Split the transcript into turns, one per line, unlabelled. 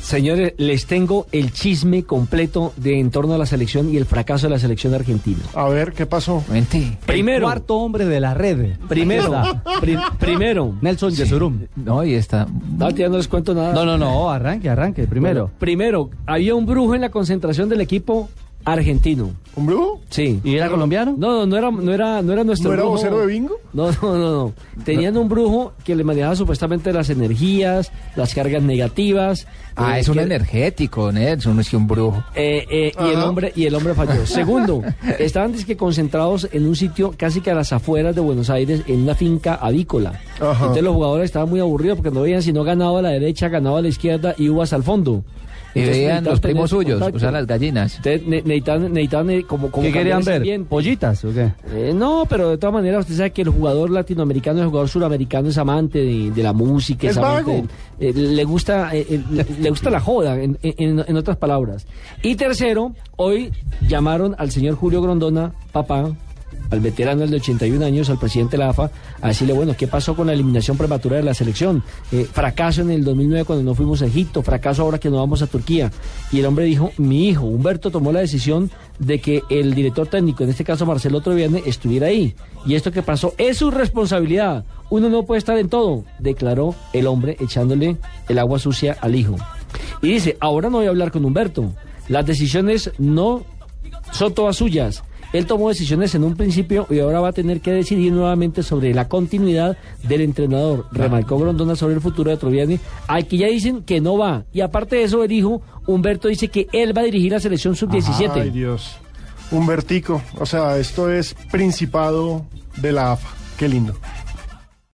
Señores, les tengo el chisme completo de en torno a la selección y el fracaso de la selección argentina.
A ver, ¿qué pasó?
Primero.
El cuarto hombre de la red.
Primero, pri- primero,
Nelson Yesurum. No, y está. No,
no, ya no les cuento nada.
no, no, arranque, arranque, primero.
Primero, había un brujo en la concentración del equipo argentino.
¿Un brujo?
Sí.
¿Y era colombiano?
No, no, no era, no era, no era nuestro
¿No era
brujo.
vocero de bingo?
No, no, no, no. Tenían un brujo que le manejaba supuestamente las energías, las cargas negativas.
Ah,
eh,
es un
que-
energético, Nelson, no es que un brujo.
Eh, eh, y el
Ajá.
hombre y el hombre falló. Segundo, estaban dizque, concentrados en un sitio casi que a las afueras de Buenos Aires, en una finca avícola.
Ajá.
Entonces los jugadores estaban muy aburridos porque no veían si no ganaba a la derecha, ganaba a la izquierda y uvas al fondo.
Y
Entonces, necesitaban
veían los
tener
primos suyos,
contacto.
o sea, las gallinas.
Entonces, ne- necesitaban, necesitaban, eh, como, como
¿Qué querían
cambiar ese
ver?
ambiente.
¿Pollitas o qué?
Eh, no, pero de todas maneras usted sabe que el jugador latinoamericano, el jugador suramericano es amante de, de la música,
Es
amante
vago.
del- eh, le gusta, eh, eh, le, le gusta la joda, en, en- en otras palabras. Y tercero, hoy llamaron al señor Julio Grondona, papá, al veterano el de 81 años, al presidente de la AFA, a decirle, bueno, ¿qué pasó con la eliminación prematura de la selección? Eh, fracaso en el 2009 cuando no fuimos a Egipto, fracaso ahora que no vamos a Turquía. Y el hombre dijo, mi hijo, Humberto, tomó la decisión de que el director técnico, en este caso Marcelo Troviani, estuviera ahí. Y esto que pasó es su responsabilidad. Uno no puede estar en todo, declaró el hombre echándole el agua sucia al hijo. Y dice, ahora no voy a hablar con Humberto. Las decisiones no son todas suyas. Él tomó decisiones en un principio y ahora va a tener que decidir nuevamente sobre la continuidad del entrenador. Remarcó Grondona sobre el futuro de Troviani, al que ya dicen que no va. Y aparte de eso, el hijo Humberto dice que él va a dirigir la selección
Ay,
sub-17.
Dios. Humbertico. O sea, esto es Principado de la AFA. Qué lindo.